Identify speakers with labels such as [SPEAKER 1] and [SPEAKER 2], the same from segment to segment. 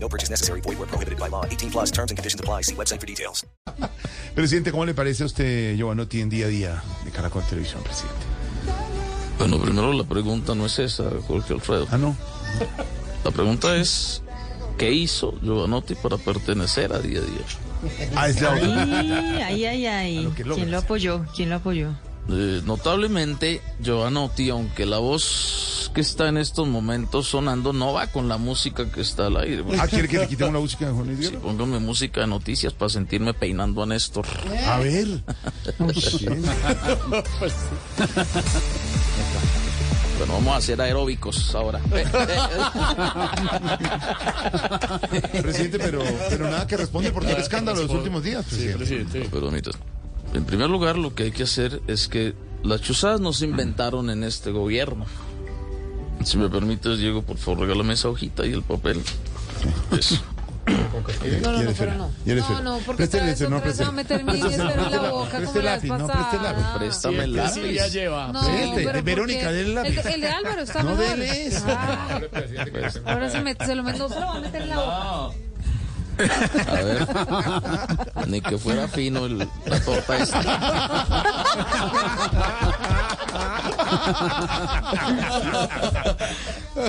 [SPEAKER 1] No purchase necessary. Void where prohibited by law. 18 plus terms and conditions apply. See website for details.
[SPEAKER 2] Presidente, ¿cómo le parece a usted, Giovanotti, en día a día de Caracol Televisión, presidente?
[SPEAKER 3] Bueno, primero la pregunta no es esa, Jorge Alfredo.
[SPEAKER 2] Ah, no.
[SPEAKER 3] La pregunta es, ¿qué hizo Giovanotti para pertenecer a Día a Día?
[SPEAKER 2] Ah, es la otra.
[SPEAKER 4] Ay, ay,
[SPEAKER 2] A
[SPEAKER 4] ay.
[SPEAKER 2] lo que logras.
[SPEAKER 4] ¿Quién lo apoyó? ¿Quién lo apoyó?
[SPEAKER 3] Eh, notablemente, Giovanotti, aunque la voz que está en estos momentos sonando no va con la música que está al aire. Bueno,
[SPEAKER 2] Ah, ¿quiere que le quitemos la música de Juan Luis
[SPEAKER 3] sí,
[SPEAKER 2] Guerra?
[SPEAKER 3] póngame música de noticias para sentirme peinando a Néstor.
[SPEAKER 2] A ver.
[SPEAKER 3] Bueno, vamos a hacer aeróbicos ahora.
[SPEAKER 2] Presidente, pero, pero nada que responde por todo el escándalo de los últimos días, presidente.
[SPEAKER 3] Permítanme. En primer lugar, lo que hay que hacer es que las chuzadas no se inventaron en este gobierno. Si me permites, Diego, por favor, regálame esa hojita y el papel. Eso.
[SPEAKER 5] No, no,
[SPEAKER 2] Ya le
[SPEAKER 5] no,
[SPEAKER 2] espera,
[SPEAKER 5] pero no.
[SPEAKER 2] ya le
[SPEAKER 5] No,
[SPEAKER 2] espera.
[SPEAKER 5] no, porque
[SPEAKER 2] Preste el
[SPEAKER 5] esta vez
[SPEAKER 2] lápiz, no,
[SPEAKER 5] otra vez
[SPEAKER 2] preste-
[SPEAKER 5] va a meter mi
[SPEAKER 2] preste el
[SPEAKER 5] diésel en la
[SPEAKER 2] lápiz,
[SPEAKER 5] boca
[SPEAKER 2] preste
[SPEAKER 5] como
[SPEAKER 2] el
[SPEAKER 5] la vez
[SPEAKER 2] lápiz, no, preste el lápiz.
[SPEAKER 5] pasada.
[SPEAKER 3] Préstame el lápiz. ah,
[SPEAKER 5] No,
[SPEAKER 2] Preste,
[SPEAKER 5] pero
[SPEAKER 2] de
[SPEAKER 5] ¿por qué?
[SPEAKER 2] Verónica, denle lápiz.
[SPEAKER 5] El, de- el de Álvaro está
[SPEAKER 2] No,
[SPEAKER 5] mejor.
[SPEAKER 2] denle eso.
[SPEAKER 5] Ah,
[SPEAKER 3] Pues,
[SPEAKER 5] ahora se, me, se lo meto, no se lo va a meter en la boca.
[SPEAKER 3] A ver. Ni que fuera fino el, la torta esta.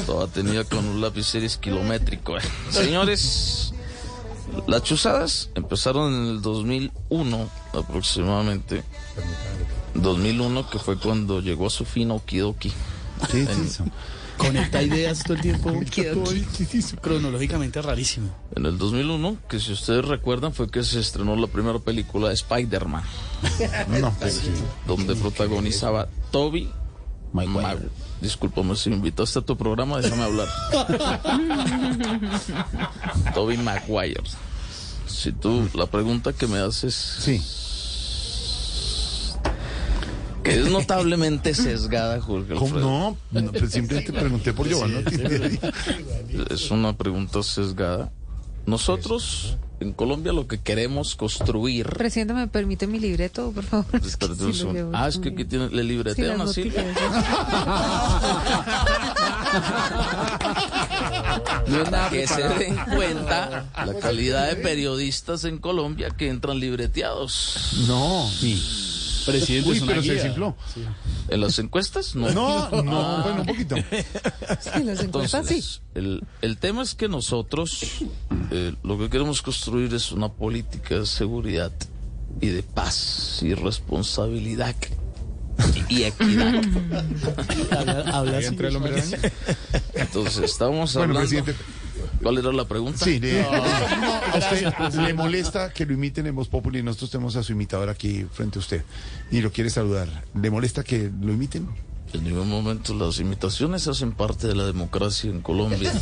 [SPEAKER 3] Toda tenida con un lápiz kilométrico. eh. Señores, las chuzadas empezaron en el 2001 aproximadamente. 2001 que fue cuando llegó a su fin Okidoki.
[SPEAKER 2] ¿Qué es eso?
[SPEAKER 6] Conecta ideas todo el tiempo. Todo el- Cronológicamente rarísimo.
[SPEAKER 3] En el 2001, que si ustedes recuerdan fue que se estrenó la primera película de Spider-Man.
[SPEAKER 2] No, pues, presidente.
[SPEAKER 3] donde protagonizaba Toby Maguire. Discúlpame si me invitaste a tu programa, déjame hablar. Toby Maguire. Si tú, la pregunta que me haces,
[SPEAKER 2] Sí.
[SPEAKER 3] que es notablemente sesgada, Jorge
[SPEAKER 2] ¿Cómo
[SPEAKER 3] Alfredo.
[SPEAKER 2] no? no pero simplemente pregunté por Giovanotti.
[SPEAKER 3] Es una pregunta sesgada. Nosotros, en Colombia, lo que queremos construir
[SPEAKER 5] Presidente, ¿me permite mi libreto, por favor? Es que
[SPEAKER 3] Espérate
[SPEAKER 5] sí
[SPEAKER 3] un
[SPEAKER 5] lo
[SPEAKER 3] segundo.
[SPEAKER 5] llevo.
[SPEAKER 3] Ah, es que aquí tiene, le
[SPEAKER 5] Sí,
[SPEAKER 3] libretean
[SPEAKER 5] las
[SPEAKER 3] así. que se den cuenta la calidad de periodistas en Colombia que entran libreteados.
[SPEAKER 2] No.
[SPEAKER 6] Presidente,
[SPEAKER 2] Uy,
[SPEAKER 6] es una
[SPEAKER 2] pero se
[SPEAKER 6] guía.
[SPEAKER 2] desinfló.
[SPEAKER 3] ¿En las encuestas? No.
[SPEAKER 2] No, no, bueno, un poquito.
[SPEAKER 5] Sí, las encuestas, sí.
[SPEAKER 3] Entonces, el, el tema es que nosotros eh, lo que queremos construir es una política de seguridad y de paz y responsabilidad y equidad.
[SPEAKER 6] Habla, habla así.
[SPEAKER 3] Entonces, estábamos
[SPEAKER 2] Bueno,
[SPEAKER 3] hablando...
[SPEAKER 2] presidente.
[SPEAKER 3] ¿Cuál era la pregunta?
[SPEAKER 2] Sí, le, a usted le molesta que lo imiten en Voz Populi. Nosotros tenemos a su imitador aquí frente a usted y lo quiere saludar. ¿Le molesta que lo imiten?
[SPEAKER 3] En ningún momento las imitaciones hacen parte de la democracia en Colombia.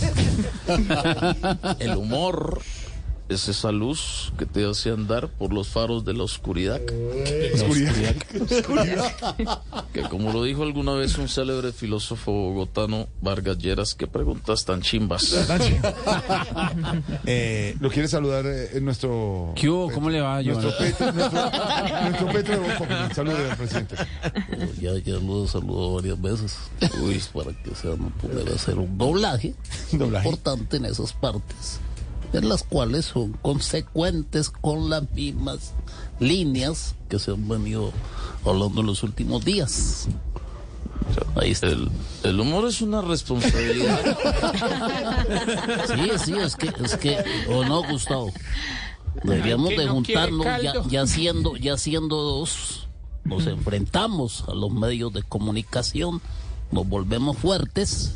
[SPEAKER 3] El humor es esa luz que te hace andar por los faros de la oscuridad,
[SPEAKER 2] Oscuridad.
[SPEAKER 3] que como lo dijo alguna vez un célebre filósofo bogotano, Vargas Lleras, qué preguntas tan chimbas.
[SPEAKER 2] Eh, lo quiere saludar eh, nuestro.
[SPEAKER 6] ¿Qué
[SPEAKER 7] Pues,
[SPEAKER 6] hubo? ¿Cómo le va,
[SPEAKER 2] Nuestro
[SPEAKER 6] Giovanni?
[SPEAKER 2] Petro, nuestro, nuestro Petro de Voz Populi. Salude al presidente.
[SPEAKER 3] Ya, ya lo he saludado varias veces, Uy, para que sea no poder hacer un doblaje
[SPEAKER 2] Doblaje.
[SPEAKER 3] importante en esas partes, en las cuales son consecuentes con las mismas líneas que se han venido hablando en los últimos días. Ahí está. El, el humor es una responsabilidad. sí, sí, es que, es que, o no, Gustavo, deberíamos de juntarnos ya, ya siendo, ya siendo dos, nos enfrentamos a los medios de comunicación, nos volvemos fuertes.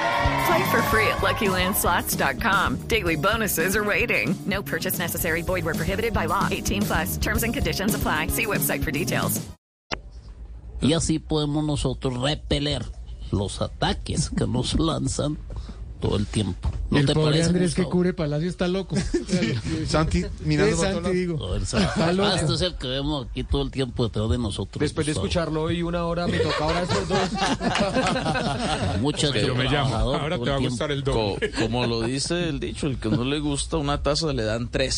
[SPEAKER 8] Play for free at LuckyLandSlots.com. Daily bonuses are waiting. No purchase necessary. Void where prohibited by law. 18 plus terms and conditions apply. See website for details.
[SPEAKER 9] Y así podemos nosotros repeler los ataques que nos lanzan todo el tiempo. ¿No
[SPEAKER 10] el
[SPEAKER 9] te
[SPEAKER 10] pobre
[SPEAKER 9] parece,
[SPEAKER 10] Andrés que
[SPEAKER 9] Gustavo?
[SPEAKER 10] cubre Palacio está loco.
[SPEAKER 2] Santi, mirando
[SPEAKER 10] Sí,
[SPEAKER 2] para otro
[SPEAKER 10] Santi, digo.
[SPEAKER 9] A ver, Sara.
[SPEAKER 10] Está loco.
[SPEAKER 9] Ah, este es el que vemos aquí todo el tiempo detrás de nosotros.
[SPEAKER 7] Después de
[SPEAKER 9] Gustavo.
[SPEAKER 7] escucharlo hoy una hora, me toca ahora estos dos.
[SPEAKER 9] Muchacho
[SPEAKER 11] Pues Yo me llamo.
[SPEAKER 9] trabajador
[SPEAKER 11] Ahora
[SPEAKER 9] todo
[SPEAKER 11] te va a
[SPEAKER 9] el tiempo.
[SPEAKER 11] gustar el
[SPEAKER 3] Co-
[SPEAKER 11] doble.
[SPEAKER 3] como lo dice el dicho, el que no le gusta una taza le dan tres.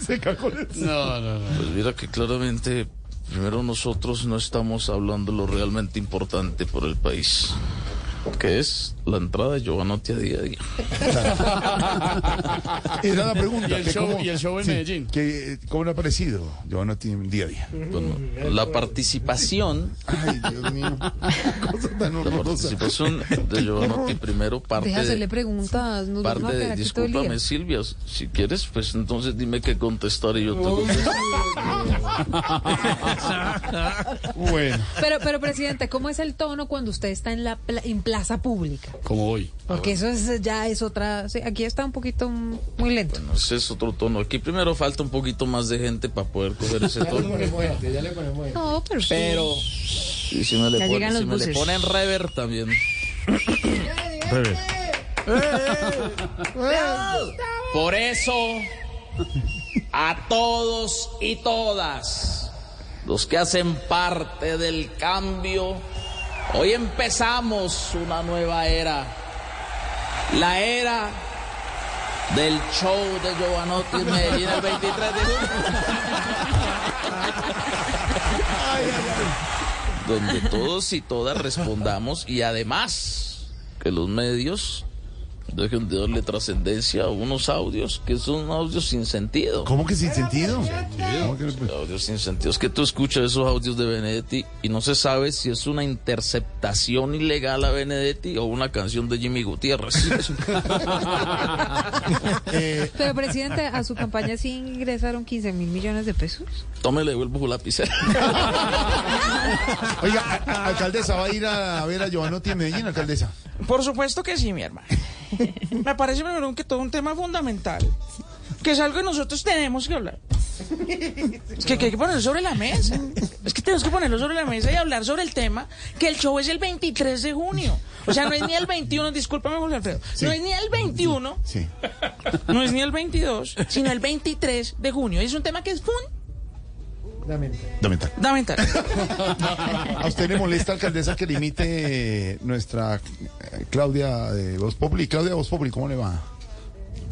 [SPEAKER 2] Se cagó en el-
[SPEAKER 3] No, no, no. Pues mira que claramente, primero nosotros no estamos hablando lo realmente importante por el país, que es la entrada de Giovanotti a día a día.
[SPEAKER 2] Era la pregunta.
[SPEAKER 12] Y el
[SPEAKER 2] que
[SPEAKER 12] show- y el show en Medellín.
[SPEAKER 2] que, eh, ¿Cómo le ha parecido? Yo no tiene día a día.
[SPEAKER 3] Bueno, la participación,
[SPEAKER 2] Ay, Dios mío. Cosa tan
[SPEAKER 3] la
[SPEAKER 2] horrorosa.
[SPEAKER 3] participación de Giovanotti primero parte
[SPEAKER 5] Deja
[SPEAKER 3] de-
[SPEAKER 5] hacerle preguntas. Nos vamos a
[SPEAKER 3] Parte
[SPEAKER 5] quedar
[SPEAKER 3] de,
[SPEAKER 5] aquí todo el
[SPEAKER 3] discúlpame
[SPEAKER 5] día.
[SPEAKER 3] Silvia, si quieres, pues entonces dime qué contestar y yo te contesto.
[SPEAKER 2] bueno.
[SPEAKER 5] Pero, pero, presidente, ¿cómo es el tono cuando usted está en la pla- en plaza pública?
[SPEAKER 12] Como hoy.
[SPEAKER 5] Porque eso es, ya es otra. sí, aquí está un poquito mm, muy lento.
[SPEAKER 3] No sé, pues, es otro tono. Aquí primero falta un poquito más de gente para poder coger ese tono.
[SPEAKER 10] ya le ponemos
[SPEAKER 5] No, pero. sí.
[SPEAKER 3] Pero y si me le,
[SPEAKER 5] Ya
[SPEAKER 3] ponen-
[SPEAKER 5] llegan los
[SPEAKER 3] si me le
[SPEAKER 5] buses.
[SPEAKER 3] ponen rever también. ¡Eh!
[SPEAKER 11] Por eso, a todos y todas los que hacen parte del cambio, hoy empezamos una nueva era. La era del show de Giovanotti en Medellín el 23 de junio.
[SPEAKER 3] donde todos y todas respondamos y además que los medios dejen de darle trascendencia a unos audios que son audios sin sentido.
[SPEAKER 2] ¿Cómo que sin sentido? ¿Cómo que no-
[SPEAKER 3] Audios sin sentido. Es que tú escuchas esos audios de Benedetti y no se sabe si es una interceptación ilegal a Benedetti o una canción de Jimmy Gutiérrez.
[SPEAKER 2] Eh,
[SPEAKER 5] Pero, presidente, a su campaña sí ingresaron 15 mil millones de pesos.
[SPEAKER 3] Tómele, vuelvo su lapicera.
[SPEAKER 2] Oiga, a- a- alcaldesa, ¿va a ir a ver a Giovanotti en Medellín, alcaldesa?
[SPEAKER 13] Por supuesto que sí, mi hermano. Me parece primero que todo un tema fundamental, que es algo que nosotros tenemos que hablar. Es que, que hay que ponerlo sobre la mesa. Es que tenemos que ponerlo sobre la mesa y hablar sobre el tema, que el show es el 23 de junio. O sea, no es ni el 21, discúlpame, José Alfredo. No es ni el 21,
[SPEAKER 2] Sí.
[SPEAKER 13] no es ni el 22, sino el 23 de junio. Es un tema que es
[SPEAKER 2] Lamentar.
[SPEAKER 13] fundamental.
[SPEAKER 2] ¿A usted le molesta, alcaldesa, que limite eh, nuestra eh, Claudia de Voz Populi? Claudia Voz Populi, ¿cómo le va?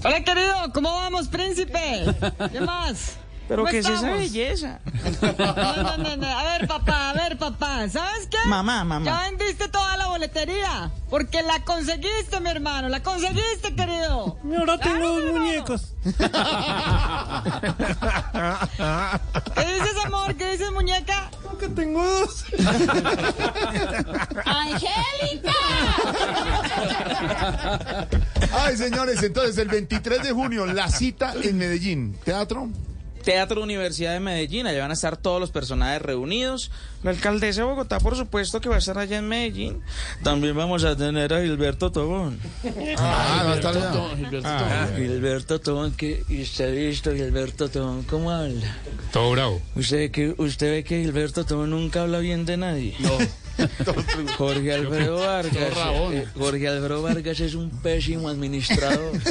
[SPEAKER 14] Hola querido, ¿cómo vamos, príncipe? ¿Qué más?
[SPEAKER 13] Pero
[SPEAKER 14] ¿Cómo
[SPEAKER 13] ¿qué es esa
[SPEAKER 14] estamos?
[SPEAKER 13] belleza?
[SPEAKER 14] No, no, no, no. A ver, papá, a ver, papá. ¿Sabes qué?
[SPEAKER 13] Mamá, mamá.
[SPEAKER 14] Ya vendiste toda la boletería. Porque la conseguiste, mi hermano. La conseguiste, querido.
[SPEAKER 10] Ahora tengo dos muñecos.
[SPEAKER 14] ¿Qué dices, amor? ¿Qué dices, muñeca?
[SPEAKER 10] Que tengo dos.
[SPEAKER 2] Ay, señores, entonces el 23 de junio, la cita en Medellín. ¿Teatro?
[SPEAKER 13] Teatro Universidad de Medellín, allá van a estar todos los personajes reunidos. La alcaldesa de Bogotá, por supuesto, que va a estar allá en Medellín. También vamos a tener a Gilberto Tobón.
[SPEAKER 2] Ah, va a estar allá.
[SPEAKER 13] Ah, Gilberto Tobón, que y usted ha visto Gilberto Tobón, ¿cómo habla?
[SPEAKER 11] Todo bravo.
[SPEAKER 13] Usted, que, usted ve que Gilberto Tobón nunca habla bien de nadie. No. Jorge Alfredo Vargas.
[SPEAKER 10] Todo rabón.
[SPEAKER 13] eh, Jorge Alfredo Vargas es un pésimo administrador.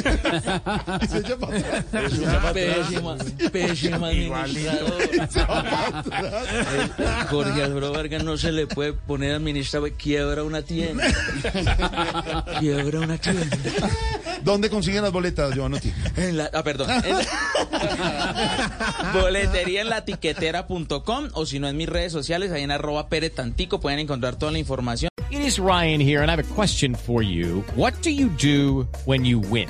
[SPEAKER 13] Es
[SPEAKER 10] Ah,
[SPEAKER 13] un pésimo, pésimo administrador. Jorge Alfredo Vargas no se le puede poner administrador, quiebra una tienda. Quiebra una tienda.
[SPEAKER 2] ¿Dónde consiguen las boletas, Giovanotti?
[SPEAKER 13] En la, ah, perdón. En la- boletería en latiquetera.com o si no en mis redes sociales, ahí en arroba peretantico pueden encontrar toda la información.
[SPEAKER 15] It is Ryan here, and I have a question for you. What do you do when you win?